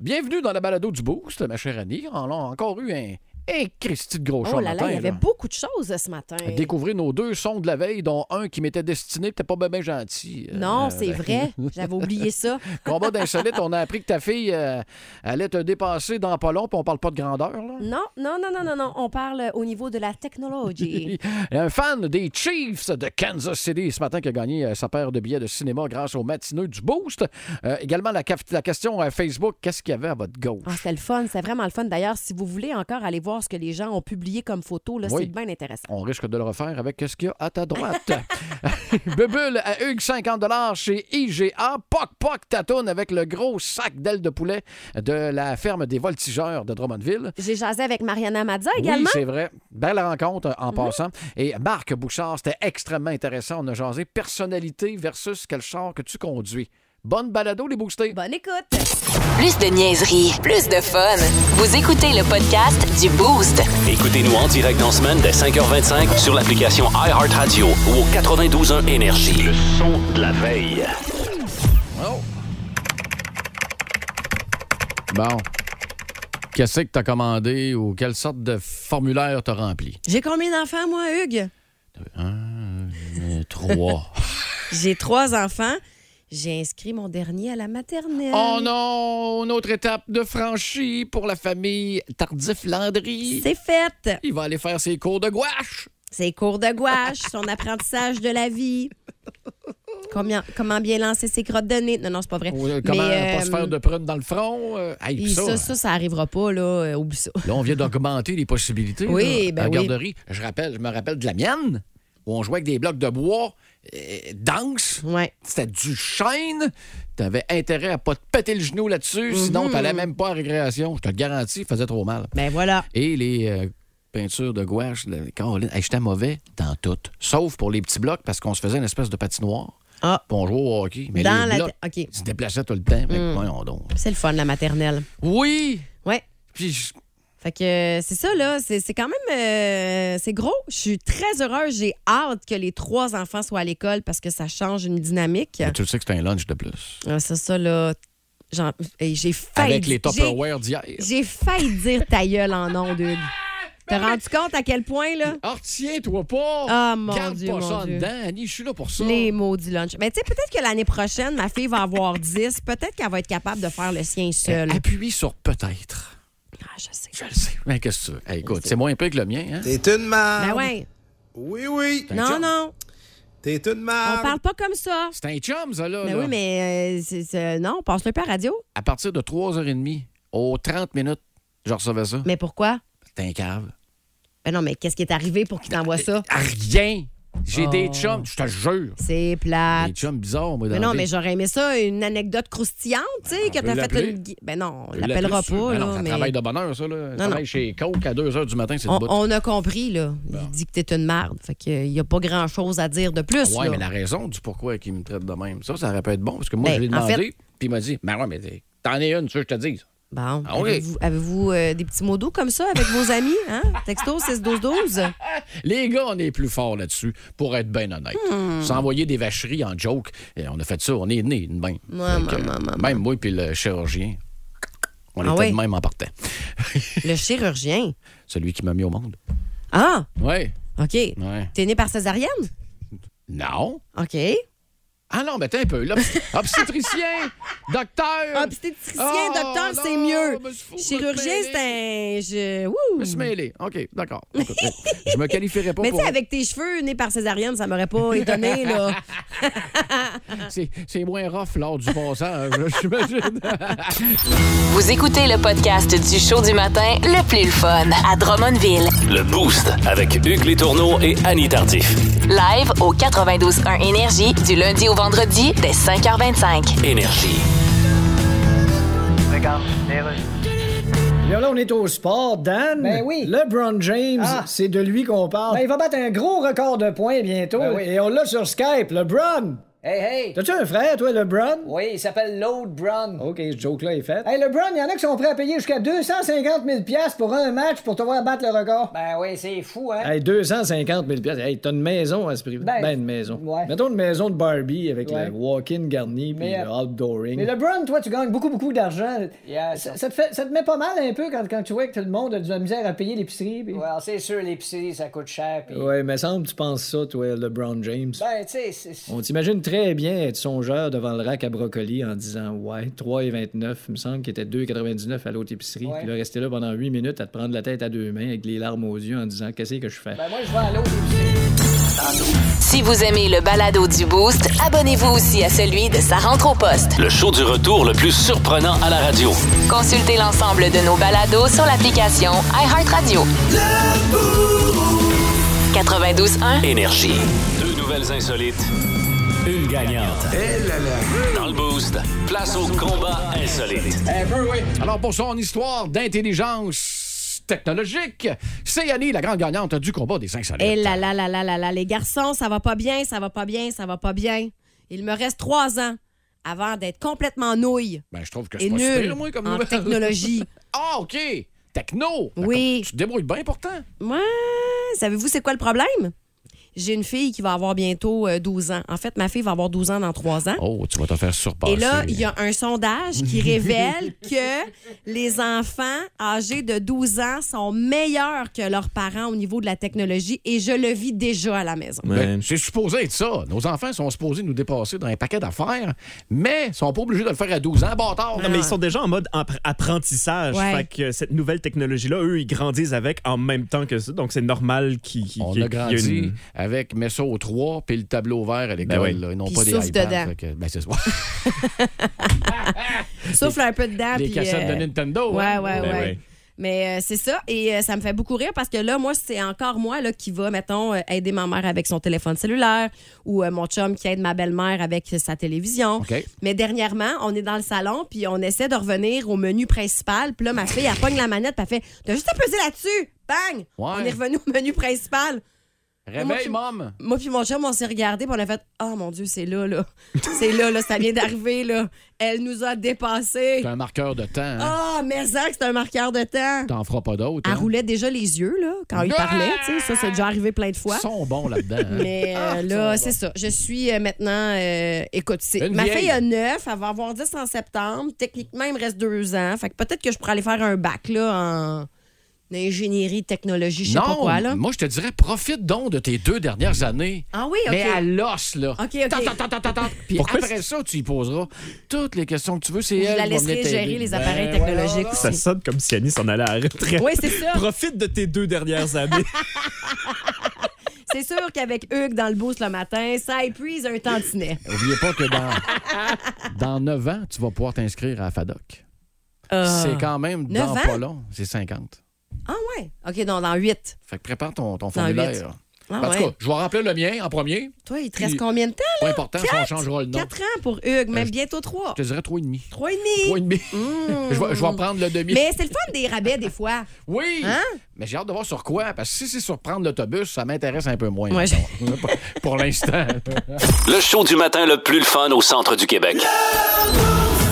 Bienvenue dans la balado du Boost, ma chère Annie. On a encore eu un, un Christy de gros Oh chat là là, matin, il y avait là. beaucoup de choses euh, ce matin. Découvrir nos deux sons de la veille, dont un qui m'était destiné, peut pas bien ben gentil. Euh, Non, euh, c'est ben, vrai. J'avais oublié ça. Combat d'insolite, on a appris que ta fille euh, allait te dépasser dans pas long, puis on parle pas de grandeur. Là. Non, non, non, non, non, non. On parle au niveau de la technologie. Il y a un fan des Chiefs de Kansas City ce matin qui a gagné euh, sa paire de billets de cinéma grâce au matineux du Boost. Euh, également, la, caf- la question à Facebook qu'est-ce qu'il y avait à votre Ah, gauche c'était le fun, c'est vraiment le fun. D'ailleurs, si vous voulez encore aller voir ce que les gens ont publié comme photo, là, Oui. c'est bien intéressant. On risque de le refaire avec qu'est-ce qu'il y a à ta droite. Bubule à Hugues, 50 chez IGA. Poc Poc tatoune avec le gros sac d'ailes de poulet de la ferme des voltigeurs de Drummondville. J'ai jasé avec Mariana Mazza également. Oui, c'est vrai. Belle rencontre euh, en passant. Et Marc Bouchard, c'était extrêmement intéressant. On a jasé personnalité versus quel char que tu conduis. Bonne balado, les boostés. Bonne écoute. Plus de niaiserie, plus de fun. Vous écoutez le podcast du Boost. Écoutez-nous en direct dans la semaine dès 5h25 sur l'application iHeartRadio ou au 92.1 Énergie. Le son de la veille. Oh. Bon. Qu'est-ce que tu as commandé ou quelle sorte de formulaire t'as rempli? J'ai combien d'enfants, moi, Hugues? trois. J'ai trois enfants. J'ai inscrit mon dernier à la maternelle. oh non! Une autre étape de franchie pour la famille Tardif-Landry. C'est fait. Il va aller faire ses cours de gouache. Ses cours de gouache, son apprentissage de la vie. Combien- comment bien lancer ses crottes de nez. Non, non, c'est pas vrai. Ou, euh, Comment Mais, pas se euh, faire de prunes dans le front. euh, hey, Et pis ça, ça, ça arrivera pas, là. Euh, Oublie ça. Là, on vient d'augmenter les possibilités. Oui, là, ben à la oui. garderie. Je, rappelle, je me rappelle de la mienne, où on jouait avec des blocs de bois, euh, dense. Ouais. C'était du chêne. T'avais intérêt à pas te péter le genou là-dessus, Mm-hmm. sinon t'allais même pas à la récréation. Je te le garantis, faisait trop mal. Ben voilà. Et les euh, peintures de gouache, là, Caroline, hey, j'étais mauvais dans toutes. Sauf pour les petits blocs, parce qu'on se faisait une espèce de patinoire. Ah. Puis on jouait au hockey. Mais Dans les la blocs, te- OK. Hmm. ils se déplaçaient tout le temps. Fait que, voyons donc. C'est le fun, la maternelle. Oui! Ouais. Puis je- Fait que euh, c'est ça, là. C'est c'est quand même. euh, c'est gros. Je suis très heureuse. J'ai hâte que les trois enfants soient à l'école parce que ça change une dynamique. Mais tu le sais que c'est un lunch de plus. Ah, c'est ça, là. J'en- hey, J'ai failli. Avec les j'ai- Tupperware d'hier. J'ai failli dire ta gueule en ondes, Hugues. T'as rendu compte à quel point, là? Ah, retiens-toi pas! Ah, mon Garde Dieu, pas mon ça Dieu. dedans, Annie, je suis là pour ça. Les mots du lunch. Mais tu sais, peut-être que l'année prochaine, ma fille va avoir 10. Peut-être qu'elle va être capable de faire le sien seule. Euh, Appuie sur peut-être. Euh, Ah, je sais. Je le sais. Mais qu'est-ce que tu veux? Hey, écoute, c'est moins peu que le mien, hein? T'es une marde. Ben ouais. Oui, oui. C'est un Non, chum. non. T'es une marde. On parle pas comme ça. C'est un chum, Euh, ça, là. Ben là. oui, mais euh, c'est- c'est- non, passe-le pas à radio. À partir de 3h30 aux 30 minutes, je recevais ça. Mais pourquoi? T'es un cave. Ben non, mais qu'est-ce qui est arrivé pour qu'il t'envoie ça? À rien! J'ai Oh. des chums, je te jure. C'est plate. Des chums bizarres, moi, dans Mais la non, vie. mais j'aurais aimé ça, une anecdote croustillante, tu sais, que peut t'as fait l'appeler. une. gui- Ben non, on Je l'appuie l'appellera dessus. pas, Ben non, là. ça mais travaille de bonheur, ça, là. Ça non. travaille chez Coke à 2h du matin, c'est on, le bout. on a compris, là. Il dit que t'es une marde. Fait qu'il n'y a pas grand-chose à dire de plus. Ah Ouais, là. mais la raison du pourquoi qu'il me traite de même, ça, ça aurait pu être bon. Parce que moi, Ben, je l'ai en demandé, fait- puis il m'a dit, mais ouais, mais t'es- t'en es une, tu veux que je te dise. Bon. Ah oui. Avez-vous avez-vous, euh, des petits mots doux comme ça avec vos amis? Hein? Texto 6-12-12? Les gars, on est plus forts là-dessus, pour être bien honnête. Hmm. S'envoyer des vacheries en joke, et on a fait ça, on est nés, une même. Ouais, Fait que, maman, maman. Même moi, puis le chirurgien, on Ah était ouais? de même en partant. Le chirurgien. Celui qui m'a mis au monde. Ah, Ouais, OK. ouais. T'es né par césarienne? Non. OK. Ah non, mais t'es un peu. l'obst- Obstétricien, docteur. Obstétricien, Ah, docteur, non, c'est mieux. mais c'est fou, Chirurgien, me c'est un. Je... Je Wouh! me suis mêlé. OK, d'accord. Écoute, Je me qualifierais pas Mais tu pour. sais, avec tes cheveux nés par césarienne, ça m'aurait pas étonné, là. C'est c'est moins rough lors du passage, là, j'imagine. Vous écoutez le podcast du show du matin le plus le fun à Drummondville. Le Boost avec Hugues Létourneau et Annie Tardif. Live au 92.1 Énergie du lundi au vendredi dès 5h25. Énergie. Là, là, on est au sport, Dan. Ben oui. LeBron James, Ah. c'est de lui qu'on parle. Ben, il va battre un gros record de points bientôt. Ben oui, Et on l'a sur Skype, LeBron. Hey, hey! T'as-tu un frère, toi, LeBron? Oui, il s'appelle Load Brun. OK, ce joke-là est fait. Hey, LeBron, il y en a qui sont prêts à payer jusqu'à 250 000 pour un match pour te voir battre le record. Ben oui, c'est fou, hein? Hey, 250 000 piastres. Hey, t'as une maison à ce prix. Ben, Ben, une maison. ouais. Mettons une maison de Barbie avec Ouais. le walk-in garni puis Mais, le euh, outdooring. Mais LeBron, toi, tu gagnes beaucoup, beaucoup d'argent. Yes. Ça, ça te fait- ça te met pas mal un peu quand, quand tu vois que tout le monde a de la misère à payer l'épicerie. puis- Ouais, alors, c'est sûr, l'épicerie, ça coûte cher. Pis... Ouais, mais semble que tu penses ça, toi, LeBron James. Ben, tu sais, c'est- c'est- On t'imagine très bien être songeur devant le rack à brocoli en disant Ouais, 3,29, il me semble qu'il était 2,99 à l'autre épicerie. Ouais. Puis là, rester là pendant 8 minutes à te prendre la tête à deux mains avec les larmes aux yeux en disant Qu'est-ce que je fais ben moi, je vais à l'autre épicerie. Si vous aimez le balado du Boost, abonnez-vous aussi à celui de Sa rentre au poste. Le show du retour le plus surprenant à la radio. Consultez l'ensemble de nos balados sur l'application iHeartRadio. 92.1, Énergie. Deux nouvelles insolites. Une gagnante. Dans le boost, place au combat insolite. Alors, pour son histoire d'intelligence technologique, c'est Annie, la grande gagnante du combat des insolites. Eh là là là là là là, les garçons, ça va pas bien, ça va pas bien, ça va pas bien. Il me reste trois ans avant d'être complètement nouille Ben, je trouve que et c'est pas nulle super, moi, comme en nouvelle. technologie. Ah, OK! Techno! Oui. D'accord. Tu te débrouilles bien pourtant. Moi, savez-vous c'est quoi le problème? J'ai une fille qui va avoir bientôt euh, 12 ans. En fait, ma fille va avoir 12 ans dans trois ans. Oh, tu vas te faire surpasser. Et là, il y a un sondage qui révèle que les enfants âgés de 12 ans sont meilleurs que leurs parents au niveau de la technologie et je le vis déjà à la maison. Ben, c'est supposé être ça. Nos enfants sont supposés nous dépasser dans un paquet d'affaires, mais ils sont pas obligés de le faire à 12 ans. Bâtard! Non, mais ils sont déjà en mode appr- apprentissage. Ouais. Fait que cette nouvelle technologie-là, eux, ils grandissent avec en même temps que ça. Donc, c'est normal qu'ils. qu'ils- On qu'il y a ait grandi une- avec Messo 3 puis le tableau vert à l'école. Ben oui. là. Ils n'ont Puis pas ils des souffrent iPads, dedans. fait que- ben, c'est ça. Souffle un peu dedans. Les puis, cassettes euh, de Nintendo. Ouais, hein. ouais, Ben ouais. ouais. Mais euh, c'est ça, et euh, ça me fait beaucoup rire parce que là, moi, c'est encore moi là, qui va, mettons, euh, aider ma mère avec son téléphone cellulaire ou euh, mon chum qui aide ma belle-mère avec sa télévision. OK. Mais dernièrement, on est dans le salon, puis on essaie de revenir au menu principal. Puis là, ma fille, elle pogne la manette, puis elle fait T'as juste à peser là-dessus Bang On est revenu au menu principal. Réveille, mom! Moi puis mon chum, on s'est regardé, puis on a fait Oh mon Dieu, c'est là, là. C'est là, là, ça vient d'arriver, là. Elle nous a dépassés. C'est un marqueur de temps. hein. Ah, mais ça, c'est un marqueur de temps. T'en feras pas d'autres. Elle hein. roulait déjà les yeux, là, quand il parlait. tu sais. Ça, c'est déjà arrivé plein de Ils fois. sont bons là-dedans. hein. Mais euh, Ah, là, ils sont c'est ça. Je suis euh, maintenant. euh, écoute, c'est- Une ma vieille. fille a 9, elle va avoir 10 en septembre. Techniquement, il me reste 2 ans. Fait que peut-être que je pourrais aller faire un bac, là, en ingénierie, technologie, je sais non, pas quoi, là. moi, je te dirais, profite donc de tes deux dernières années. Ah oui, OK. Mais à l'os, là. OK, OK. Ta, ta, ta, ta, ta, ta. Puis Pourquoi après ça, tu y poseras toutes les questions que tu veux. C'est Je elle la qui va venir laisserai t'aider. gérer les Ben, appareils voilà. technologiques Ça aussi. sonne comme si Annie s'en allait à la retraite. Oui, c'est ça. Profite de tes deux dernières années. C'est sûr qu'avec Hugues dans le boost le matin, ça épuise un tantinet. Oubliez pas que dans, dans 9 ans, tu vas pouvoir t'inscrire à la FADOC. Ah. C'est quand même Neuf dans ans? pas long. C'est 50. Ah ouais. OK, non, dans 8. Fait que prépare ton, ton Dans huit. formulaire. Ah en ouais. tout cas, je vais remplir le mien en premier. Toi, il te reste Puis- combien de temps, Pas là? important, si on changera le nom. 4 ans pour Hugues, Euh, même je- bientôt 3. Je te dirais 3,5. 3,5. 3,5. Je vais, je vais prendre le demi. Hmm. Mais c'est le fun des rabais, des fois. Oui! Hein? Mais j'ai hâte de voir sur quoi, parce que si c'est sur prendre l'autobus, ça m'intéresse un peu moins. Ouais, mettons. Pour l'instant. Le show du matin le plus le fun au centre du Québec.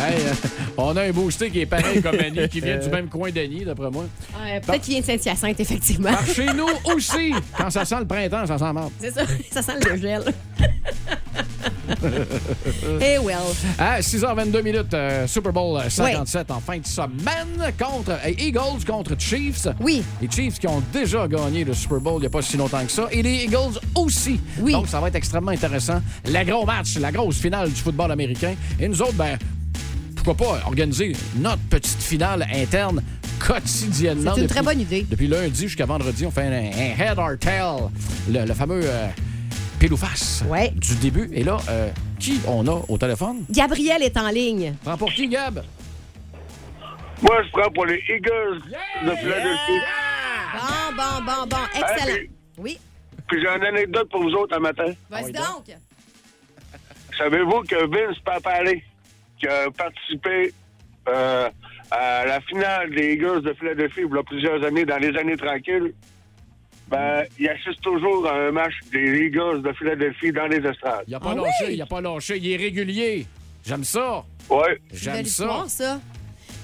Hey, euh, on a un boosté qui est pareil comme Annie, qui vient du même coin d'Annie, d'après moi. Peut-être qu'il vient de Saint-Hyacinthe, effectivement. Par chez nous aussi, quand ça sent le printemps, ça sent mort. C'est ça, ça sent le gel. Eh well. À 6h22 minutes, euh, Super Bowl 57 en fin de semaine contre euh, Eagles contre Chiefs. Oui. Les Chiefs qui ont déjà gagné le Super Bowl il n'y a pas si longtemps que ça. Et les Eagles aussi. Oui. Donc, ça va être extrêmement intéressant. La gros match, la grosse finale du football américain. Et nous autres, ben, pourquoi pas organiser notre petite finale interne quotidiennement. C'est une depuis- très bonne idée. Depuis lundi jusqu'à vendredi, on fait un, un head or tail, le, le fameux euh, pile ou face Ouais. du début. Et là, euh, qui on a au téléphone? Gabriel est en ligne. Prends pour qui, Gab? Moi, je prends pour les Eagles de Philadelphie. Ah. Bon, bon, bon, bon. Excellent. Oui. Puis j'ai une anecdote pour Ah, vous autres un matin. Vas-y donc. Savez-vous que Vince Papale, qui a participé euh, à la finale des Eagles de Philadelphie il y a plusieurs années, dans les années tranquilles, ben, il assiste toujours à un match des Eagles de Philadelphie dans les estrades. Il a Ah pas lâché, il a pas lâché. Il est régulier. J'aime ça. Ouais. J'aime Belle ça. histoire, ça.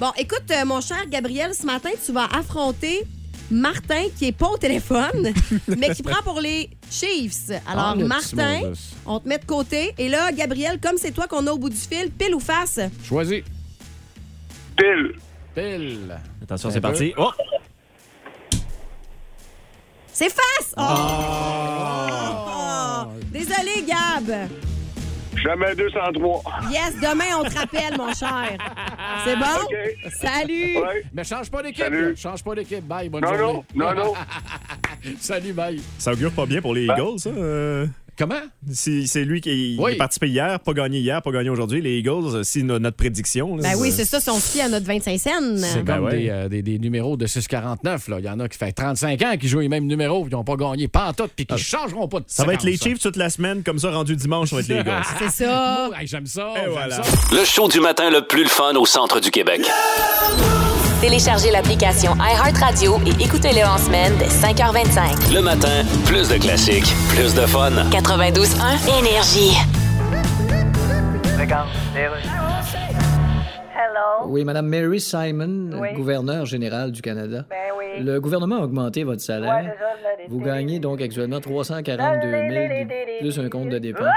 Bon, écoute, euh, mon cher Gabriel, ce matin, tu vas affronter Martin, qui est pas au téléphone, mais qui prend pour les Chiefs. Alors, Ah, le petit Martin, Moses. on te met de côté. Et là, Gabriel, comme c'est toi qu'on a au bout du fil, pile ou face? Choisis. Pile. Pile. Attention, Un c'est peu. parti. Oh! C'est face! Ah! Oh! Désolé, Gab. Jamais 203. Yes, demain, on te rappelle, mon cher. C'est bon? OK. Salut! Ouais. Mais change pas d'équipe. Salut. là. Change pas d'équipe. Bye, bonne Non, journée. non, non, non. Salut, bye. Ça augure pas bien pour les Eagles, ça. euh, Comment? si c'est lui qui Oui. est participé hier, pas gagné hier, pas gagné aujourd'hui. Les Eagles, euh, si no- notre prédiction. là, euh, Ben oui, c'est ça, son fils à notre 25 cents. C'est Ben comme ouais. des, euh, des- des numéros de 649. là. Il y en a qui fait 35 ans qui jouent les mêmes numéros, qui n'ont pas gagné pantoute, puis qui ne changeront pas de Ah. Ça va être les séquence. Chiefs toute la semaine, comme ça, rendu dimanche, ça va être les Eagles. C'est ça. Oh, Hey, J'aime ça. Et j'aime voilà. ça. Le show du matin le plus le fun au centre du Québec. Téléchargez l'application iHeartRadio et écoutez-le en semaine dès 5h25. Le matin, plus de classiques, plus de fun. 92.1 Énergie. Oui, Madame Mary Simon, gouverneur général du Canada. Ben Le gouvernement a augmenté votre salaire. Vous gagnez donc actuellement 342 000 de plus un compte de dépenses.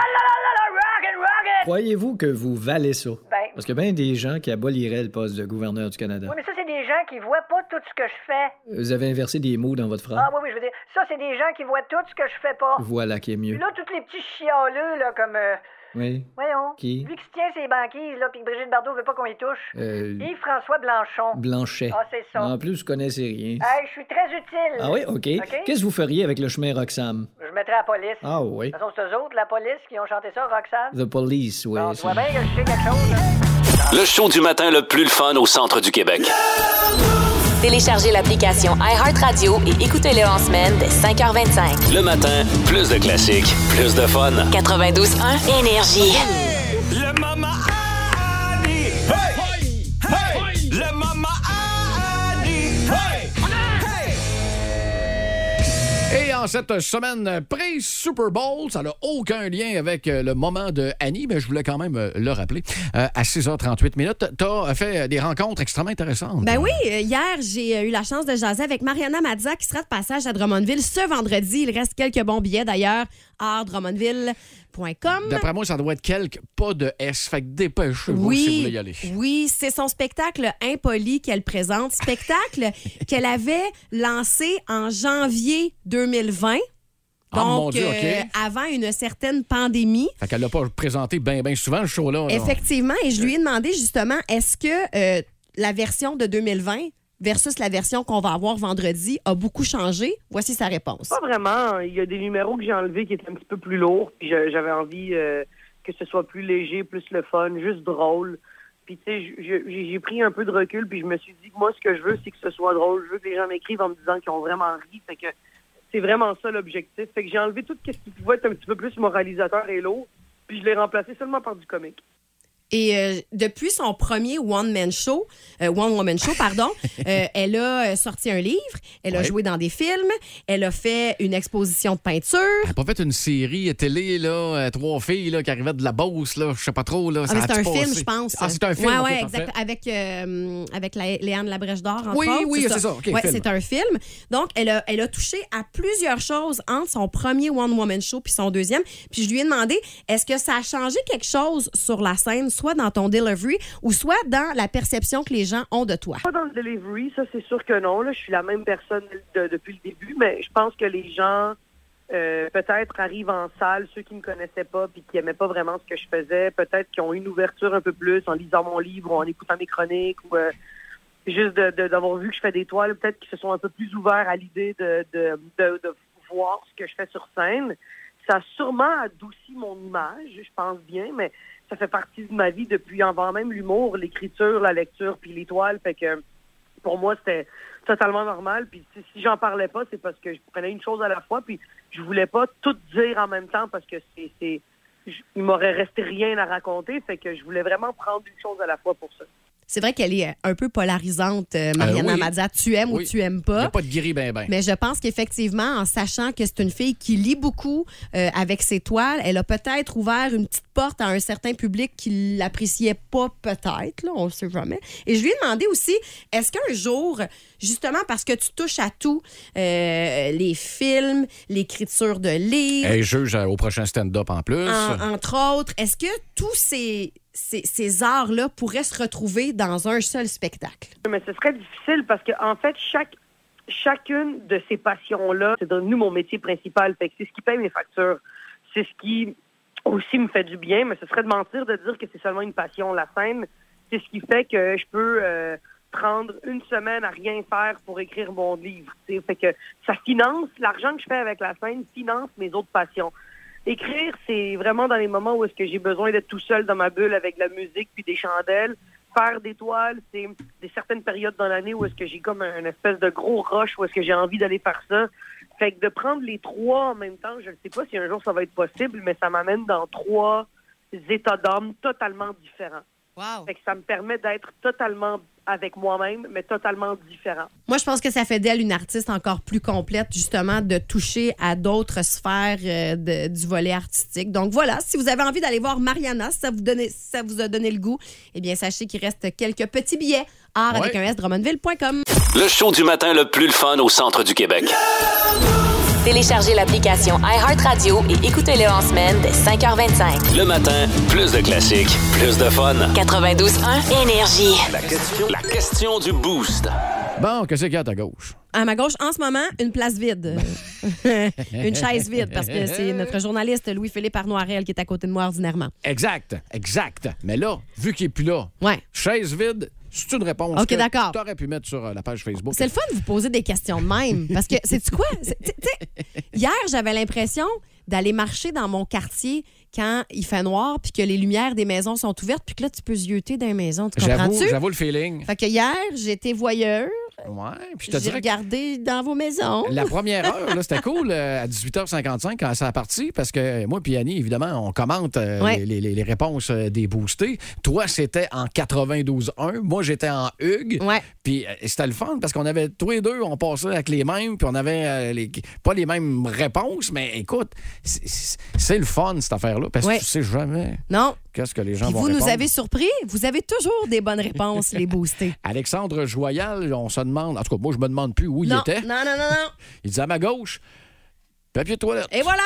Croyez-vous que vous valez ça? Parce que bien des gens qui aboliraient le poste de gouverneur du Canada. Ben, Oui, mais ça, c'est des gens qui voient pas tout ce que je fais. Vous avez inversé des mots dans votre phrase. Ah oui, oui, je veux dire, ça, c'est des gens qui voient tout ce que je fais pas. Voilà qui est mieux. Puis là, tous les petits chialeux, là, comme... euh, Oui. voyons. Qui? Lui qui se tient ses banquises, là, puis que Brigitte Bardot veut pas qu'on y touche. Euh, Yves-François Blanchon. Blanchet. Ah, c'est ça. En plus, je connaissais rien. Ah, Hey, je suis très utile. Ah oui, OK. Qu'est-ce que vous feriez avec le chemin Roxham? Je mettrai la police. Ah oui. De toute façon, c'est eux autres, la police, qui ont chanté ça, Roxane. The Police, oui. Ah, On c'est- voit bien que je sais quelque chose, là. Le show du matin le plus le fun au centre du Québec. Téléchargez l'application iHeartRadio et écoutez-le en semaine dès 5h25. Le matin, plus de classiques, plus de fun. 92.1 Énergie. Le Mama Annie. Le Mama Annie. Et en cette semaine pré-Super Bowl, ça n'a aucun lien avec euh, le moment de Annie, mais je voulais quand même euh, le rappeler. Euh, à 6h38 minutes, tu as fait des rencontres extrêmement intéressantes. Ben oui, euh, hier, j'ai euh, eu la chance de jaser avec Mariana Mazza qui sera de passage à Drummondville ce vendredi. Il reste quelques bons billets d'ailleurs à drummondville.com. D'après moi, ça doit être quelque pas de S. Fait que dépêchez-vous si vous voulez y aller. Oui, oui, c'est son spectacle Impoli qu'elle présente, spectacle qu'elle avait lancé en janvier 2020. Ah, mon Donc, euh, Dieu, OK. avant une certaine pandémie. Fait qu'elle l'a pas présenté bien, bien souvent, le show-là. là. Effectivement, et je lui ai demandé justement, est-ce que euh, la version de 2020 versus la version qu'on va avoir vendredi a beaucoup changé? Voici sa réponse. Pas vraiment. Il y a des numéros que j'ai enlevés qui étaient un petit peu plus lourds. Puis je- j'avais envie euh, que ce soit plus léger, plus le fun, juste drôle. Puis tu sais, je- je- j'ai j'ai pris un peu de recul. Puis je me suis dit que moi, ce que je veux, c'est que ce soit drôle. Je veux que les gens m'écrivent en me disant qu'ils ont vraiment ri. Fait que c'est vraiment ça l'objectif. Fait que j'ai enlevé tout ce qui pouvait être un petit peu plus moralisateur et lourd. Puis je l'ai remplacé seulement par du comique. Et euh, depuis son premier One Man Show, euh, One Woman Show, pardon, euh, elle a euh, sorti un livre, elle a Ouais. joué dans des films, elle a fait une exposition de peinture. Elle n'a pas fait une série télé, là, euh, trois filles là, qui arrivaient de la Beauce, là, je sais pas trop. Là, Ah, ça mais c'est a-tu un passé? film, je pense. Ah, c'est un film. Oui, ok, oui, parfait. exact. Avec, euh, avec la, Léane Labrèche d'Or, entre Oui, autres, oui, c'est ça, ok, Ouais, film. c'est un film. Donc, elle a, elle a touché à plusieurs choses entre son premier One Woman Show puis son deuxième. Puis je lui ai demandé, est-ce que ça a changé quelque chose sur la scène, soit dans ton delivery ou soit dans la perception que les gens ont de toi? Pas dans le delivery, ça c'est sûr que non. Là, je suis la même personne de- depuis le début, mais je pense que les gens euh, peut-être arrivent en salle, ceux qui me connaissaient pas puis qui aimaient pas vraiment ce que je faisais, peut-être qui ont une ouverture un peu plus en lisant mon livre ou en écoutant mes chroniques ou euh, juste de- de- d'avoir vu que je fais des toiles, peut-être qu'ils se sont un peu plus ouverts à l'idée de, de- de- de voir ce que je fais sur scène. Ça a sûrement adouci mon image, je pense bien, mais ça fait partie de ma vie depuis avant même l'humour, l'écriture, la lecture, puis l'étoile. Fait que pour moi, c'était totalement normal. Puis si, si j'en parlais pas, c'est parce que je prenais une chose à la fois, puis je voulais pas tout dire en même temps parce que c'est- c'est je- il m'aurait resté rien à raconter. Fait que je voulais vraiment prendre une chose à la fois pour ça. C'est vrai qu'elle est euh, un peu polarisante, euh, Mariana Euh, oui. Mazza. Tu aimes Oui. ou tu aimes Il n'y a pas. pas de guéri ben ben. Mais je pense qu'effectivement, en sachant que c'est une fille qui lit beaucoup euh, avec ses toiles, elle a peut-être ouvert une petite porte à un certain public qui l'appréciait pas, peut-être, là, on ne sait jamais. Et je lui ai demandé aussi, est-ce qu'un jour, justement parce que tu touches à tout, euh, les films, l'écriture de livres, Elle juge euh, au prochain stand-up en plus. en- entre autres, est-ce que tous ces, ces, ces arts-là pourraient se retrouver dans un seul spectacle? Mais ce serait difficile parce que en fait, chaque chacune de ces passions-là, c'est dans nous mon métier principal. Fait que c'est ce qui paye mes factures. C'est ce qui aussi me fait du bien, mais ce serait de mentir de dire que c'est seulement une passion, la scène. C'est ce qui fait que je peux euh, prendre une semaine à rien faire pour écrire mon livre. tu sais. Fait que ça finance, l'argent que je fais avec la scène finance mes autres passions. Écrire, c'est vraiment dans les moments où est-ce que j'ai besoin d'être tout seul dans ma bulle avec de la musique puis des chandelles. Faire des toiles, c'est des certaines périodes dans l'année où est-ce que j'ai comme un une espèce de gros rush où est-ce que j'ai envie d'aller faire ça. Fait que de prendre les trois en même temps, je ne sais pas si un jour ça va être possible, mais ça m'amène dans trois états d'âme totalement différents. Fait que ça me permet d'être totalement avec moi-même, mais totalement différent. Moi, je pense que ça fait d'elle une artiste encore plus complète, justement, de toucher à d'autres sphères euh, de- du volet artistique. Donc voilà, si vous avez envie d'aller voir Mariana, si ça vous, donnait- si ça vous a donné le goût, eh bien, sachez qu'il reste quelques petits billets. Art avec un S, drummondville.com. Le show du matin le plus le fun au centre du Québec. Téléchargez l'application iHeartRadio et écoutez-le en semaine dès 5h25. Le matin, plus de classiques, plus de fun. 92.1 Énergie. La question, la question du boost. Bon, qu'est-ce qu'il y a à ta gauche? À ma gauche, en ce moment, une place vide. une chaise vide, parce que c'est notre journaliste Louis-Philippe Arnoirel qui est à côté de moi ordinairement. Exact, exact. Mais là, vu qu'il n'est plus là, chaise vide, c'est une réponse Ok, que d'accord. tu aurais pu mettre sur euh, la page Facebook. C'est le fun de vous poser des questions de même. Parce que, c'est quoi? C'est- tu- tu sais, hier, j'avais l'impression d'aller marcher dans mon quartier quand il fait noir, puis que les lumières des maisons sont ouvertes, puis que là, tu peux zioter dans les maisons. Tu J'avoue, comprends-tu? j'avoue le feeling. Fait que hier, j'étais voyeur. Ouais, puis je te J'ai dirais que regardé dans vos maisons. La première heure, là, c'était cool euh, à 18h55 quand ça a parti, parce que moi et Annie, évidemment, on commente euh, Ouais. les, les- les réponses euh, des boostés. Toi, c'était en 92.1, moi, j'étais en Hugues. Puis euh, c'était le fun parce qu'on avait tous les deux, on passait avec les mêmes, puis on avait euh, les- pas les mêmes réponses, mais écoute, c'est- c'est c'est le fun, cette affaire-là, parce que Ouais. tu sais jamais Non. qu'est-ce que les gens Puis vont vous nous répondre. avez surpris. Vous avez toujours des bonnes réponses, les boostés. Alexandre Joyal, on se demande, en tout cas, moi, je me demande plus où non, il était. non, non, non, non. Il disait à ma gauche, papier de toilette. Et voilà!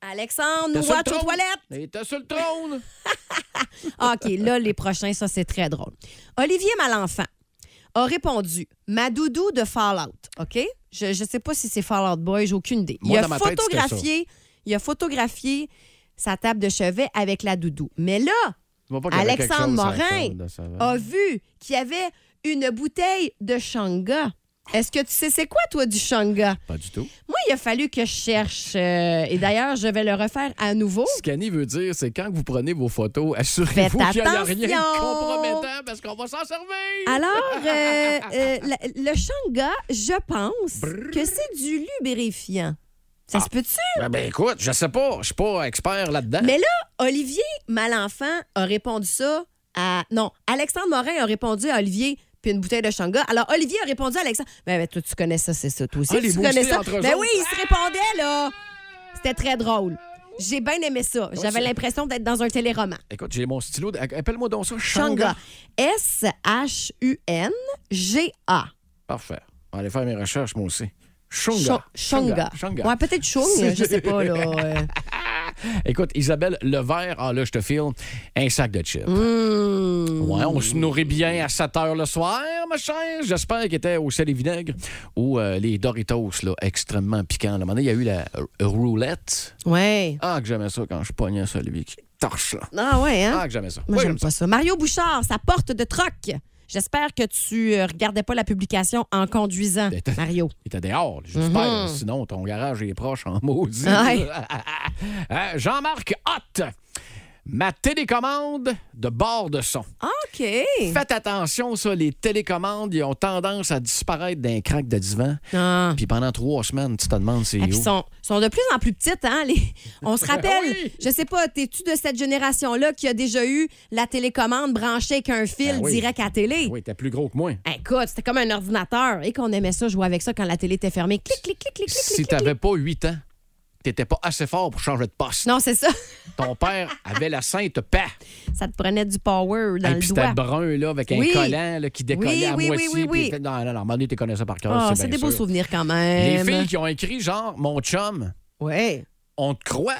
Alexandre, T'es nous sur le watch aux trône. toilettes! Il était sur le trône! Ah, OK, là, les prochains, ça, c'est très drôle. Olivier Malenfant a répondu Ma doudou de Fallout. OK? Je ne sais pas si c'est Fallout Boy, j'ai aucune idée. Moi, il, a dans ma tête, c'était photographié, il a photographié sa table de chevet avec la doudou. Mais là, Je vois pas qu'il y avait quelque Alexandre chose sur Morin la Ah. table de savane. a vu qu'il y avait une bouteille de Shanga. Est-ce que tu sais c'est quoi, toi, du Shanga? Pas du tout. Moi, il a fallu que je cherche. euh, et d'ailleurs, je vais le refaire à nouveau. Ce qu'Annie veut dire, c'est quand vous prenez vos photos, Faites assurez-vous qu'il n'y a rien attention! de compromettant parce qu'on va s'en servir! Alors, euh, euh, la- le shanga, je pense que c'est du lubrifiant. Ça Ah. se peut-tu? Ben, ben, écoute, je sais pas, je suis pas expert là-dedans. Mais là, Olivier Malenfant a répondu ça à. Non, Alexandre Morin a répondu à Olivier puis une bouteille de shanga. Alors, Olivier a répondu à Alexandre. Ben, ben, toi, tu connais ça, c'est ça, toi aussi. Ah, les tu boostés connais ça. entre eux Ben autres. oui, il se répondait, là. C'était très drôle. J'ai bien aimé ça. J'avais l'impression d'être dans un téléroman. Écoute, j'ai mon stylo. de- Appelle-moi donc ça, Shanga. Shanga. S-H-U-N-G-A. Parfait. On va aller faire mes recherches, moi aussi. Shanga. Shanga. Shanga. Ouais, peut-être Chung, je sais pas, là. euh. Écoute, Isabelle, le verre, ah là, je te file un sac de chips. Hmm. Ouais, on se nourrit bien à 7 heures le soir, ma chère. J'espère qu'il était au sel et vinaigre ou euh, les Doritos, là, extrêmement piquants. là. À un moment donné, il y a eu la euh, roulette. Ouais. Ah, que j'aimais ça quand je pognais celui qui torche, là. Ah ouais, hein? Ah, que j'aimais ça. Moi, Oui, j'aime pas ça. Mario Bouchard, sa porte de troc. J'espère que tu euh, regardais pas la publication en conduisant, Ben, Mario. Il était dehors, là, j'espère. Mhm. Sinon, ton garage est proche en maudit. Ouais. Euh, Jean-Marc Hott. ma télécommande de bord de son. OK. Faites attention, ça, les télécommandes, ils ont tendance à disparaître d'un crack de divan. Puis pendant trois semaines, tu te demandes c'est Et où. Ah. Ah puis, sont, sont de plus en plus petites, hein? les- On se rappelle, je sais pas, t'es-tu de cette génération-là qui a déjà eu la télécommande branchée avec un fil Ben oui. direct à télé? Oui, t'es plus gros que moi. Écoute, c'était comme un ordinateur et qu'on aimait ça jouer avec ça quand la télé était fermée. Clic, clic, clic, clic, clic. Si t'avais pas 8 ans, t'étais pas assez fort pour changer de poste. Non, c'est ça. Ton père avait la sainte paix. Ça te prenait du power dans Et le puis doigt. c'était brun, là, avec un Oui. collant là, qui décollait Oui, à oui, moitié. oui, oui, puis oui. fait- Non, non, non, à un moment donné, t'es connaissais par cœur. Ah, c'est c'est bien des beaux sûr. souvenirs quand Les même. filles qui ont écrit, genre, mon chum, ouais. on te croit,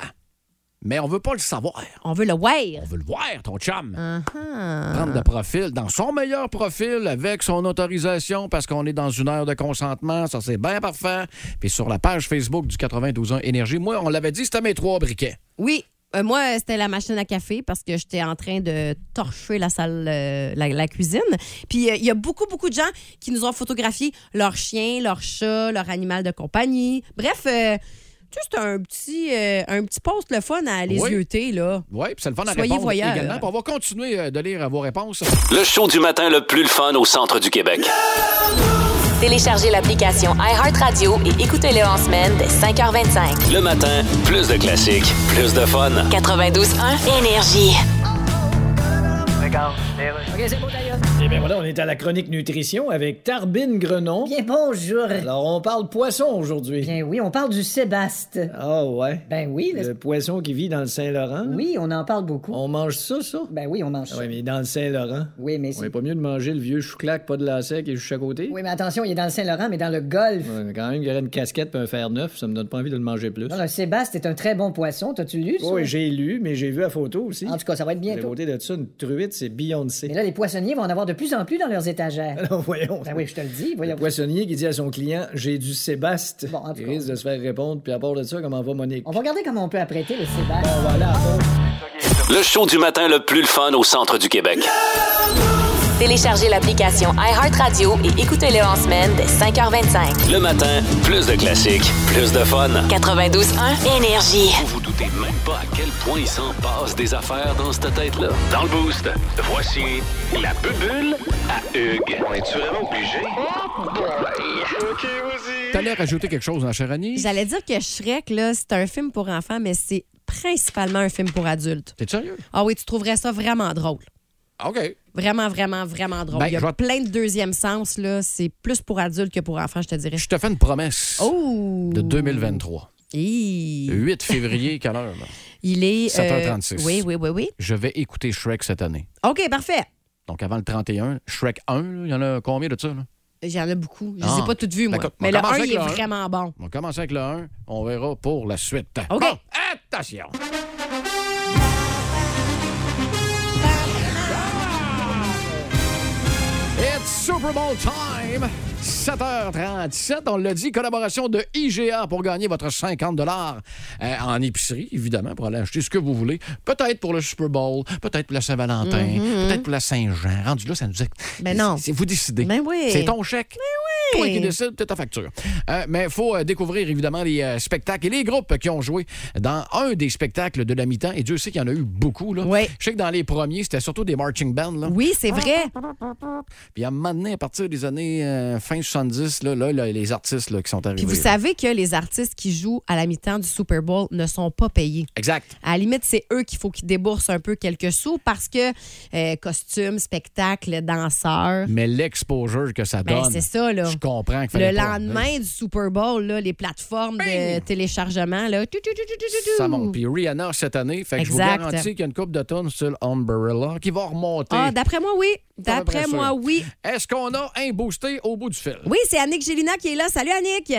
mais on veut pas le savoir. On veut le wear. On veut le voir, ton chum. Ah. Prendre de profil, dans son meilleur profil, avec son autorisation, parce qu'on est dans une heure de consentement, ça c'est bien parfait. Puis sur la page Facebook du 92 ans Énergie, moi, on l'avait dit, c'était mes trois briquets. Oui. Euh, moi, c'était la machine à café parce que j'étais en train de torcher la salle, euh, la, la cuisine. Puis euh, il y a beaucoup, beaucoup de gens qui nous ont photographié leur chien, leur chat, leur animal de compagnie. Bref, euh, tu sais, c'est un petit, euh, un petit post le fun à les Oui. yeuter, là. Oui, puis c'est le fun à Soyez répondre voyeurs. également. Puis on va continuer euh, de lire euh, vos réponses. Le show du matin le plus le fun au centre du Québec. Téléchargez l'application iHeartRadio et écoutez-le en semaine dès 5h25. Le matin, plus de classiques, plus de fun. 92.1 Énergie. Et bien voilà, on est à la chronique nutrition avec Tarbine Grenon. ben, Bien bonjour. Alors, on parle poisson aujourd'hui. Bien oui, on parle du sébaste. Ah ouais. Ben oui. Le, le- poisson qui vit dans le Saint-Laurent. Oui, on en parle beaucoup. On mange ça, ça? Ben oui, on mange Ah ça. ouais, mais dans le Saint-Laurent. Oui, mais On c'est... n'est pas mieux de manger le vieux chou-clac, pas de la sec et chou à côté? Oui, mais attention, il est dans le Saint-Laurent, mais dans le golfe. Ouais, mais quand même, il y aurait une casquette et un fer neuf, ça me donne pas envie de le manger plus. Non, le sébaste est un très bon poisson. T'as-tu lu ça? Oui, Ah, j'ai lu, mais j'ai vu la photo aussi. En tout cas, ça va être À bientôt. côté de ça, une truite, c'est Beyoncé. Mais là, les poissonniers vont en avoir de plus en plus dans leurs étagères. Non, voyons. Ben oui, je te le dis. Le Voyons. poissonnier qui dit à son client J'ai du Sébaste. Bon, en tout il cas. risque de se faire répondre, puis à part de ça, comment va Monique On va regarder comment on peut apprêter le sébaste. Ben, Le show du matin le plus le fun au centre du Québec. Téléchargez l'application iHeartRadio et écoutez-le en semaine dès 5h25. Le matin, plus de classiques, plus de fun. 92.1 Énergie. Vous vous doutez même pas à quel point il s'en passe des affaires dans cette tête-là. Dans le boost, voici la bubule à Hugues. On est-tu vraiment obligé? OK, vas-y. T'allais rajouter quelque chose dans Charani? J'allais dire que Shrek, là, c'est un film pour enfants, mais c'est principalement un film pour adultes. T'es sérieux? Ah, Ah oui, tu trouverais ça vraiment drôle. OK. Vraiment, vraiment, vraiment drôle. Ben, Il y a je vais- plein de deuxième sens, là. C'est plus pour adultes que pour enfants, je te dirais. Je te fais une promesse Oh! de 2023. Hi. Le 8 février, quelle heure? là? Il est. euh, 7h36. Oui, oui, oui, oui. Je vais écouter Shrek cette année. OK, parfait. Donc avant le 31, Shrek 1, là, il y en a combien de ça? Là? J'en ai beaucoup. Je ne Ah. les ai pas toutes vues, moi. D'accord. Mais On le commence 1, avec il est le un. vraiment bon. On va commencer avec le 1, on verra pour la suite. OK. Bon, attention! Ah! It's Super Bowl time! 7h37, on l'a dit, collaboration de IGA pour gagner votre 50 euh, en épicerie, évidemment, pour aller acheter ce que vous voulez. Peut-être pour le Super Bowl, peut-être pour la Saint-Valentin, Mhm. peut-être pour la Saint-Jean. Rendu là, ça nous est... Ben non. C'est vous décidez. Ben oui. Ben C'est ton chèque. oui. Toi qui décides, t'es ta facture. Euh, mais il faut euh, découvrir évidemment les euh, spectacles et les groupes qui ont joué dans un des spectacles de la mi-temps. Et Dieu sait qu'il y en a eu beaucoup. Là. Je sais que dans les premiers, c'était surtout des marching bands. Là. Oui, c'est Ah, vrai. Puis à un moment donné, à partir des années euh, fin 70, là, là, là, les artistes là, qui sont arrivés. Puis vous là. savez que les artistes qui jouent à la mi-temps du Super Bowl ne sont pas payés. Exact. À la limite, c'est eux qu'il faut qu'ils déboursent un peu quelques sous parce que euh, costumes, spectacles, danseurs. Mais l'exposure que ça Ben, donne. c'est ça, là. Je comprends qu'il fallait Le pas- lendemain du Super Bowl, là, les plateformes de téléchargement, là, tu, tu, tu, tu, tu, tu, tu. Ça monte. Puis Rihanna cette année, fait que je Exact. vous garantis qu'il y a une coupe de tonnes sur le Umbrella qui va remonter. Ah, d'après moi, oui. Pas à peu D'après près moi, sûr. oui. Est-ce qu'on a un boosté au bout du fil? Oui, c'est Annick Gélina qui est là. Salut, Annick.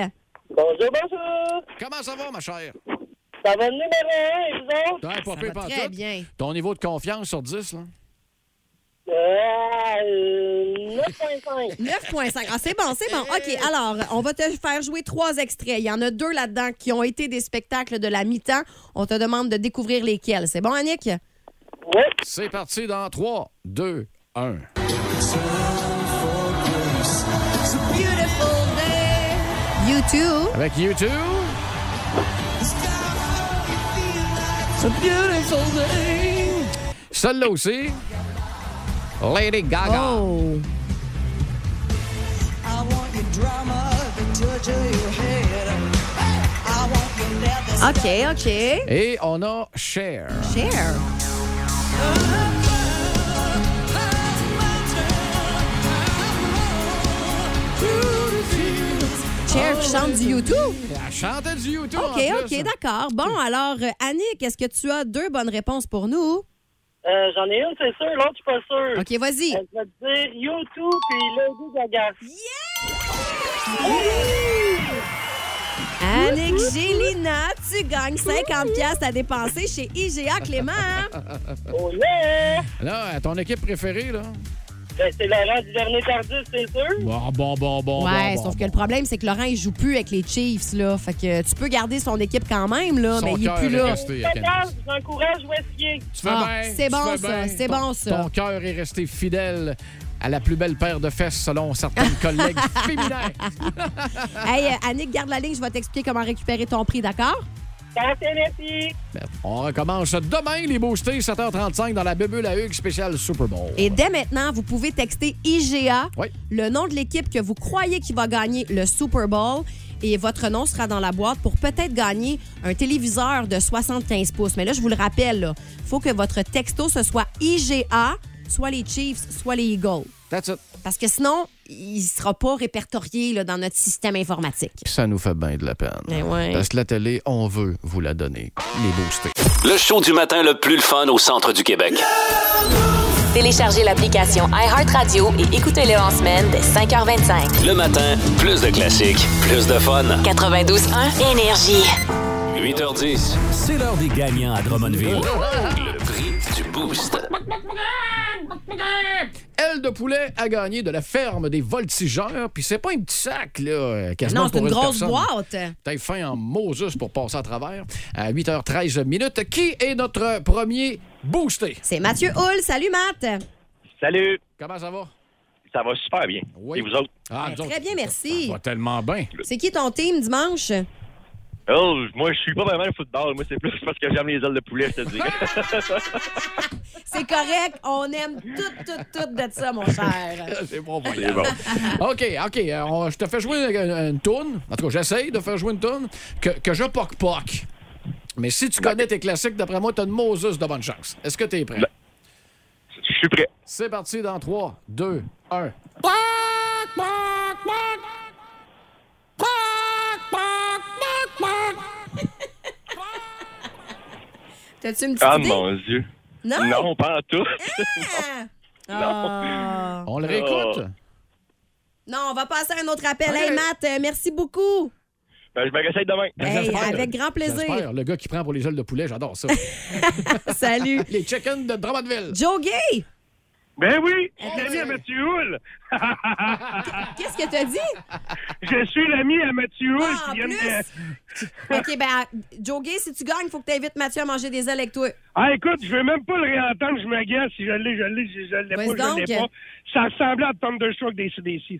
Bonjour, bonjour. Comment ça va, ma chère? Ça va numéro un, disons. T'as pas pire pantoute. très bien. Ton niveau de confiance sur 10, là? Euh, euh, 9.5. 9.5. Ah, c'est bon, c'est bon. OK, alors, on va te faire jouer trois extraits. Il y en a deux là-dedans qui ont été des spectacles de la mi-temps. On te demande de découvrir lesquels. C'est bon, Annick? C'est parti dans 3, 2, 1. You too. Avec YouTube. It's a beautiful day. Celle-là aussi. Lady Gaga. Oh. OK, OK. Et on a Cher. Cher. Cher qui chante du YouTube. Elle chantait du YouTube. OK, OK, d'accord. Bon, alors, euh, Annick, est-ce que tu as deux bonnes réponses pour nous? Euh, J'en ai une, c'est sûr. L'autre, je suis pas sûr. OK, vas-y. Je vais te dire YouTube puis Lady Gaga. Euh, Annick Gélina, tu gagnes 50 pièces à dépenser chez IGA Clément. Là, à ton équipe préférée, là. Ben, c'est Laurent du dernier tardif, c'est sûr. Bon, bon, bon, bon. ouais, bon, sauf bon. que le problème, c'est que Laurent, il joue plus avec les Chiefs, là. Fait que tu peux garder son équipe quand même, là, Son mais il est cœur plus est là. resté à D'accord, j'encourage Wessier. Tu fais Ah, bien, c'est tu bon, fais ça, bien. c'est Ton- bon, ça. Ton cœur est resté fidèle à la plus belle paire de fesses, selon certaines collègues féminines. hey, euh, Annick, garde la ligne, je vais t'expliquer comment récupérer ton prix, d'accord? Ben, On recommence demain, les boostés, 7h35, dans la Bubule à Hugues spéciale Super Bowl. Et dès maintenant, vous pouvez texter IGA, Oui. le nom de l'équipe que vous croyez qui va gagner le Super Bowl. Et votre nom sera dans la boîte pour peut-être gagner un téléviseur de 75 pouces. Mais là, je vous le rappelle, il faut que votre texto, ce soit IGA, soit les Chiefs, soit les Eagles. That's it. Parce que sinon, il ne sera pas répertorié là, dans notre système informatique. Puis ça nous fait bien de la peine. Mais Eh ouais. Parce que la télé, on veut vous la donner, les boostés. Le show du matin le plus le fun au centre du Québec. Téléchargez l'application iHeartRadio et écoutez-le en semaine dès 5h25. Le matin, plus de classiques, plus de fun. 92.1 Énergie. 8h10, c'est l'heure des gagnants à Drummondville. Le prix du boost. Elle de poulet a gagné de la ferme des voltigeurs, puis c'est pas un petit sac, là, euh, quasiment non, c'est pour une grosse personne. boîte. T'as faim en Moses pour passer à travers. À 8h13 minutes, qui est notre premier boosté? C'est Mathieu Hull. Salut, Matt. Salut! Comment ça va? Ça va super bien. Et vous autres? Ah, Ben, très bien, merci. va tellement bien. C'est qui ton team dimanche? Oh, moi, je suis pas vraiment le football. Moi, c'est plus parce que j'aime les ailes de poulet, je te dis. C'est correct. On aime tout, tout, tout de ça, mon cher. C'est bon, voyage. OK, OK. euh, on- je te fais jouer une, une toune. En tout cas, j'essaye de faire jouer une toune que, que je poc-poc. Mais si tu connais tes classiques, d'après moi, t'as une Moses de bonne chance. Est-ce que t'es prêt? Je suis prêt. C'est parti dans 3, 2, 1. T'as-tu une petite Ah, idée? mon Dieu. Non? hein? Non, pas en tout. Ah. On Oh. le réécoute? Non, on va passer à un autre appel. Hey, Matt, euh, merci beaucoup. Ben, je me réessaye demain. Hey, avec grand plaisir. J'espère. Le gars qui prend pour les ailes de poulet, j'adore ça. Salut. les chickens de Drummondville. Joe Gay, Ben oui, je suis l'ami à Mathieu Hull. qu'est-ce que t'as dit? Je suis l'ami à Mathieu Hull Ah, qui vient de- OK, ben, Joe Gay, si tu gagnes, faut que t'invites Mathieu à manger des ailes avec toi. Ah, écoute, je veux même pas le réentendre, je me guesse. Si je l'ai, je l'ai, si je l'ai pas, Vas-y je l'ai donc. pas. Ça ressemblait à Thunderstruck des CDC.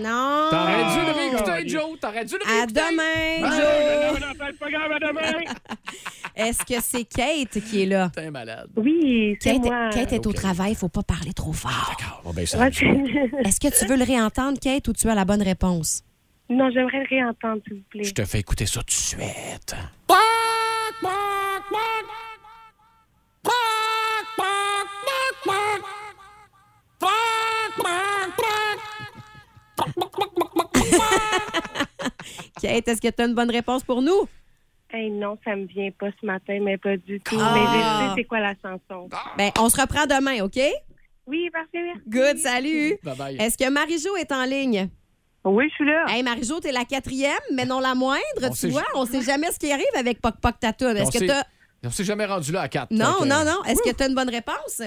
Non. T'aurais dû le réécouter, Joe. T'aurais dû le Ah, À réécouter. Ben, demain, Bye. Joe. Pas grave, à demain! Est-ce que c'est Kate qui est là? T'es malade. Oui, c'est Kate, moi. Kate est au Ok. travail, faut pas parler trop fort. On va baisser la musique. Est-ce que tu veux le réentendre, Kate, ou tu as la bonne réponse? Non, j'aimerais le réentendre, s'il vous plaît. Je te fais écouter ça tout de suite. Kate, est-ce que tu as une bonne réponse pour nous? Hey, non, ça me vient pas ce matin, mais pas du tout. Ah. Mais je sais c'est quoi la chanson. Ben, on se reprend demain, OK? Oui, parfait, merci. Good, salut. Bye-bye. Est-ce que Marie-Jo est en ligne? Oui, je suis là. Hey, Marie-Jo, t'es la quatrième, mais non la moindre, On tu sait vois. ju- On sait jamais ce qui arrive avec Poc Poc Tatoune. On Est-ce que s'est- t'as... On s'est jamais rendu là à euh, 4. Non, non, non. Est-ce que t'as une bonne réponse?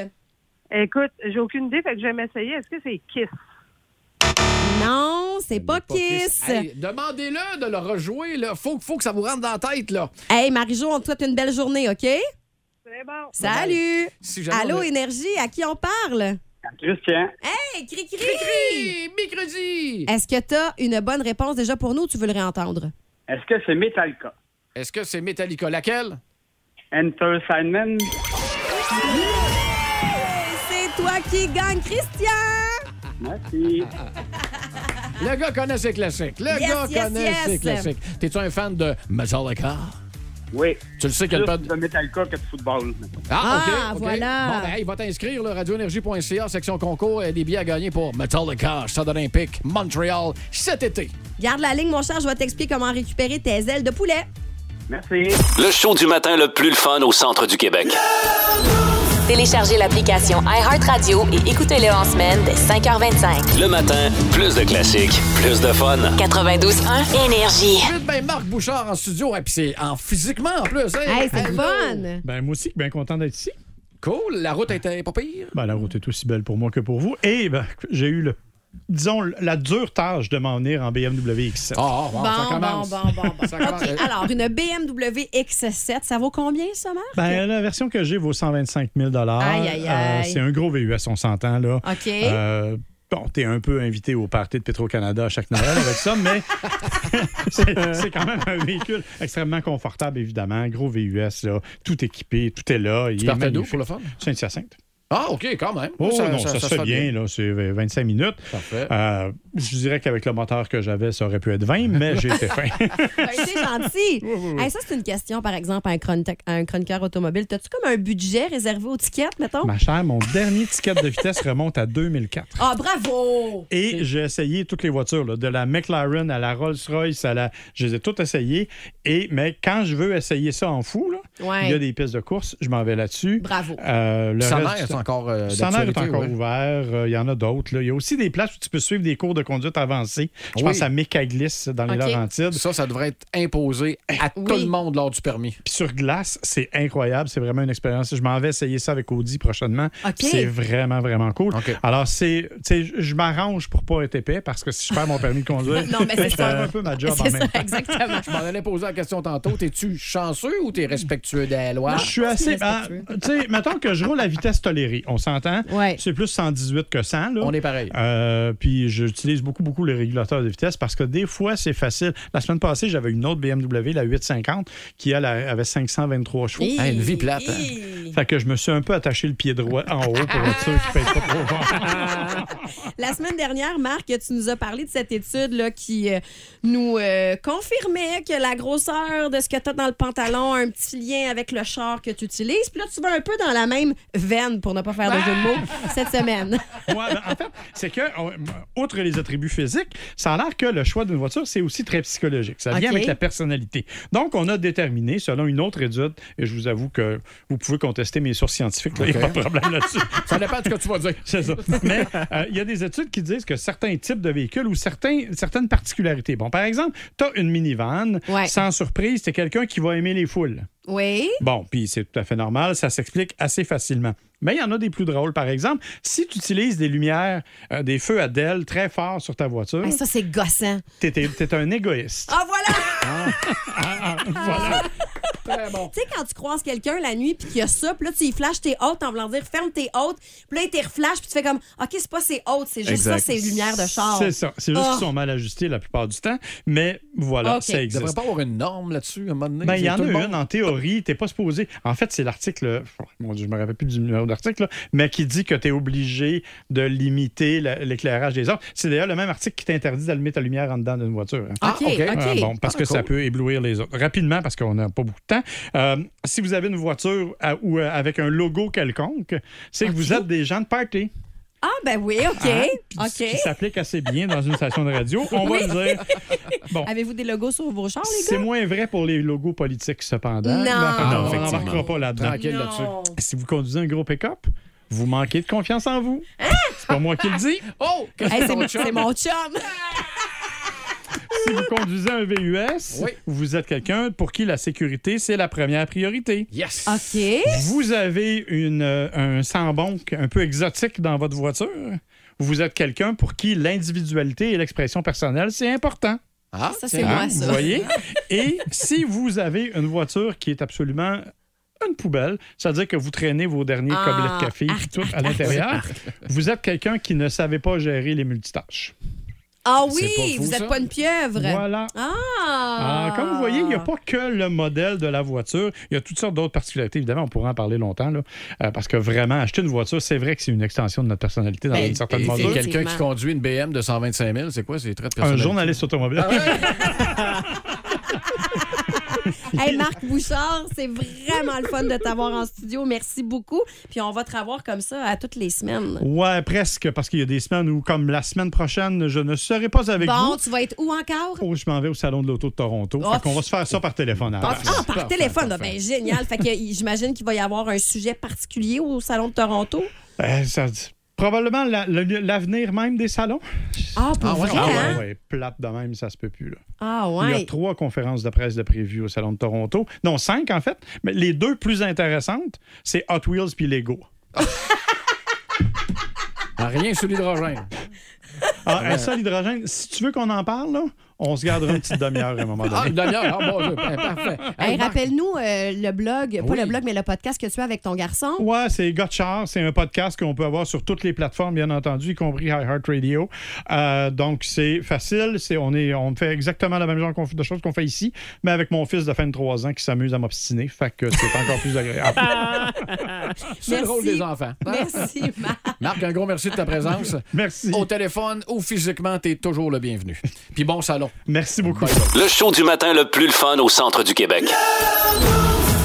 Écoute, j'ai aucune idée, fait que je vais m'essayer. Est-ce que c'est Kiss? Non, c'est pas Kiss. Hey, Demandez-le de le rejouer. Là. Faut, faut que ça vous rentre dans la tête. Là. Marie-Jo, on te souhaite une belle journée, OK? C'est bon. Salut. Si jamais Allô, on a- Énergie, à qui on parle? Christian. Hey, Cricri! Cricri, mercredi. Est-ce que t'as une bonne réponse déjà pour nous ou tu veux le réentendre? Est-ce que c'est Metallica? Est-ce que c'est Metallica? Laquelle? Enter Sandman? C'est toi qui gagne, Christian! Merci. Le gars connaît ses classiques. Le Yes, gars yes, connaît yes. ses classiques. T'es-tu un fan de Metallica? Oui. Tu le sais qu'elle pas de... Metallica que de football. Ah, OK. Ah, OK. voilà. Bon, ben, hey, va t'inscrire, là, radioénergie.ca, section concours, et des billets à gagner pour Metallica, Stade olympique, Montréal, cet été. Garde la ligne, mon cher, je vais t'expliquer comment récupérer tes ailes de poulet. Merci. Le show du matin le plus le fun au centre du Québec. Téléchargez l'application iHeartRadio et écoutez-le en semaine dès 5h25. Le matin, plus de classiques, plus de fun. 92.1 Énergie. Ensuite, ben, Marc Bouchard en studio, et puis c'est en physiquement en plus. hein. Hey, Hey, c'est hello. fun! Ben, moi aussi, bien content d'être ici. Cool, la route était pas pire. Ben, la route est aussi belle pour moi que pour vous. Et ben, j'ai eu, le, disons, la dure tâche de m'en venir en BMW X7. Ah, Bon, bon, bon, bon, bon. OK, alors, une BMW X7, ça vaut combien, ça, Marc? Ben, la version que j'ai vaut 125 000 Aïe, aïe, Euh, aïe. C'est un gros VUS, on s'entend, là. OK. Euh, bon, t'es un peu invité au party de Petro-Canada à chaque Noël avec ça, mais c'est c'est quand même un véhicule extrêmement confortable, évidemment. Gros VUS, là, tout équipé, tout est là. Il Tu est partais d'où magnifique. pour le fun? Saint-Hyacinthe. Ah, OK, quand même. Oh non, ça, se fait bien, là, c'est 25 minutes. Parfait. Euh, je dirais qu'avec le moteur que j'avais, ça aurait pu être 20, mais j'ai été fin. Ben, c'est gentil. Hey, ça, c'est une question, par exemple, à un, chronique- à un chroniqueur automobile. T'as-tu comme un budget réservé aux tickets, mettons? Ma chère, mon dernier ticket de vitesse remonte à 2004. Ah, bravo! Et j'ai essayé toutes les voitures, là, de la McLaren à la Rolls-Royce, à la... je les ai toutes essayées. Et, mais quand je veux essayer ça en fou, là, Ouais. il y a des pistes de course, je m'en vais là-dessus. Bravo. Euh, le Son reste air du est temps- encore, euh, Son air est d'actualité, encore ouais. ouvert. Euh, Il y en a d'autres. là. Il y a aussi des places où tu peux suivre des cours de conduite avancée. Je Oui. pense à Mécaglisse dans les OK. Laurentides. Ça, ça devrait être imposé à tout le monde lors du permis. Puis sur glace, c'est incroyable. C'est vraiment une expérience. Je m'en vais essayer ça avec Audi prochainement. C'est vraiment, vraiment cool. Alors, c'est, tu sais, je m'arrange pour pas être épais parce que si je perds mon permis de conduire, Non, mais c'est je ça. perds un peu ma job en C'est même ça, temps. exactement. Je m'en allais poser la question tantôt. T'es-tu chanceux ou t'es respectueux de la loi? Je suis assez. ben, Tu sais, mettons que je roule à vitesse tolérée, on s'entend. C'est plus 118 que 100. Là. On est pareil. Euh, puis j'utilise beaucoup, beaucoup les régulateurs de vitesse parce que des fois, c'est facile. La semaine passée, j'avais une autre BMW, la 850, qui elle a- avait 523 chevaux. Hi. Hey, une vie plate, hein. Fait que je me suis un peu attaché le pied droit en haut pour être sûr qu'il ne pèse pas trop fort. La semaine dernière, Marc, tu nous as parlé de cette étude là, qui euh, nous euh, confirmait que la grosseur de ce que tu as dans le pantalon a un petit lien avec le char que tu utilises. Puis là, tu vas un peu dans la même veine, pour ne pas faire de jeu de mots, cette semaine. Ouais, ben, en fait, c'est que, on- outre les attributs physiques, ça a l'air que le choix d'une voiture, c'est aussi très psychologique. Ça vient OK. avec la personnalité. Donc, on a déterminé, selon une autre étude, et je vous avoue que vous pouvez contester mes sources scientifiques, là, il n'y a OK. pas de problème là-dessus. Ça dépend de ce que tu vas dire. C'est ça. Mais euh, il y a des études qui disent que certains types de véhicules ou certains, certaines particularités. Bon, par exemple, tu as une minivan. Ouais. Sans surprise, tu quelqu'un qui va aimer les foules. Oui. Bon, puis c'est tout à fait normal, ça s'explique assez facilement. Mais il y en a des plus drôles, par exemple. Si tu utilises des lumières, euh, des feux à DEL très forts sur ta voiture, Hey, ça, c'est gossant. t'es t'es un égoïste. Ah, voilà! voilà. Tu sais, quand tu croises quelqu'un la nuit puis qu'il y a ça, puis là, tu y flashes tes hautes en voulant dire ferme tes hautes, puis là, il te reflash, puis tu fais comme OK, c'est pas ses hautes, c'est juste Exact. ça, c'est lumière de char. C'est ça. C'est juste Ah. qu'ils sont mal ajustés la plupart du temps, mais voilà, OK. ça existe. devrait pas avoir une norme là-dessus, à un moment donné. Ben, il y en Tout a le monde- une en théorie, t'es pas supposé. En fait, c'est l'article, oh mon Dieu, je me rappelle plus du numéro d'article, là, mais qui dit que tu es obligé de limiter la- l'éclairage des autres. C'est d'ailleurs le même article qui t'interdit d'allumer ta lumière en dedans d'une voiture. hein. Ah, OK, OK. Euh, bon, parce Ah, que cool. ça peut éblouir les autres. Rapidement, parce qu'on n'a pas beaucoup de temps. euh, si vous avez une voiture à- ou euh, avec un logo quelconque, c'est que vous êtes des gens de party. Ah, ben oui, OK. Hein? Puis OK. Ce qui s'applique assez bien dans une station de radio. On va Oui. le dire. Oh, Bon. Avez-vous des logos sur vos chars, les C'est gars? moins vrai pour les logos politiques, cependant. Non. Mais enfin, Non, on effectivement. n'embarquera pas là-dedans. Tranquille Non. là-dessus. Si vous conduisez un gros pick-up, vous manquez de confiance en vous. Ah! C'est pas moi qui le dis. Oh! qu'est-ce Hey, que c'est ton mon- chum? c'est mon chum. Si vous conduisez un VUS, Oui. vous êtes quelqu'un pour qui la sécurité, c'est la première priorité. Yes! OK. Vous avez une, euh, un sans-bon un peu exotique dans votre voiture. Vous êtes quelqu'un pour qui l'individualité et l'expression personnelle, c'est important. Hein, Ah, Ça, c'est moi, ça. Vous voyez? Et si vous avez une voiture qui est absolument une poubelle, c'est-à-dire que vous traînez vos derniers Ah, gobelets de café puis tout à l'intérieur, vous êtes quelqu'un qui ne savait pas gérer les multitâches. Ah C'est oui, pas fou, vous ça. êtes pas une pieuvre. Voilà. Ah! Ah, comme vous voyez, il n'y a pas que le modèle de la voiture. Il y a toutes sortes d'autres particularités. Évidemment, on pourra en parler longtemps, là, euh, parce que vraiment, acheter une voiture, c'est vrai que c'est une extension de notre personnalité dans Ben, une certaine et- et mesure. quelqu'un qui conduit une BM de 125 000, c'est quoi? C'est très Un journaliste automobile. Ah Hey, Marc Bouchard, c'est vraiment le fun de t'avoir en studio. Merci beaucoup. Puis on va te revoir comme ça à toutes les semaines. ouais, presque, parce qu'il y a des semaines où, comme la semaine prochaine, je ne serai pas avec bon, vous. tu vas être où encore? Oh, je m'en vais au salon de l'auto de Toronto. Oh. Fait qu'on va se faire ça par téléphone. à la Ah, place. par téléphone. Ah, ben, génial. Fait que il- j'imagine qu'il va y avoir un sujet particulier au Salon de Toronto. Euh, ça- probablement la- la- l'avenir même des salons. Ah, pour Ah ouais, vrai, ah ouais, hein? ouais, plate de même, ça se peut plus. Là. Ah Il y a ouais. trois conférences de presse de prévues au Salon de Toronto. Non, cinq en fait. Mais les deux plus intéressantes, c'est Hot Wheels puis Lego. rien sur l'hydrogène. Ah, hein, ça, l'hydrogène, si tu veux qu'on en parle, là, on se gardera une petite demi-heure à un moment donné. Ah, une demi-heure, ah, bon, ben, parfait. Hey, rappelle-nous euh, le blog, pas Oui. le blog, mais le podcast que tu as avec ton garçon. Ouais, c'est Gotchard. C'est un podcast qu'on peut avoir sur toutes les plateformes, bien entendu, y compris iHeartRadio. Euh, donc, c'est facile. C'est, on, est, on fait exactement la même genre qu'on- de choses qu'on fait ici, mais avec mon fils de fin de 3 ans qui s'amuse à m'obstiner. Fait que c'est encore plus agréable. Ah. C'est le rôle Merci. des enfants. Ah. Merci, Marc. Marc, un gros merci de ta présence. Merci. Au téléphone ou physiquement, t'es toujours le bienvenu. Puis bon salon. Merci beaucoup. Le show du matin le plus le fun au centre du Québec.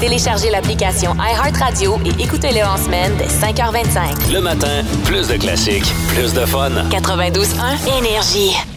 Téléchargez l'application iHeartRadio et écoutez-le en semaine dès 5h25. Le matin, plus de classiques, plus de fun. 92.1 Énergie.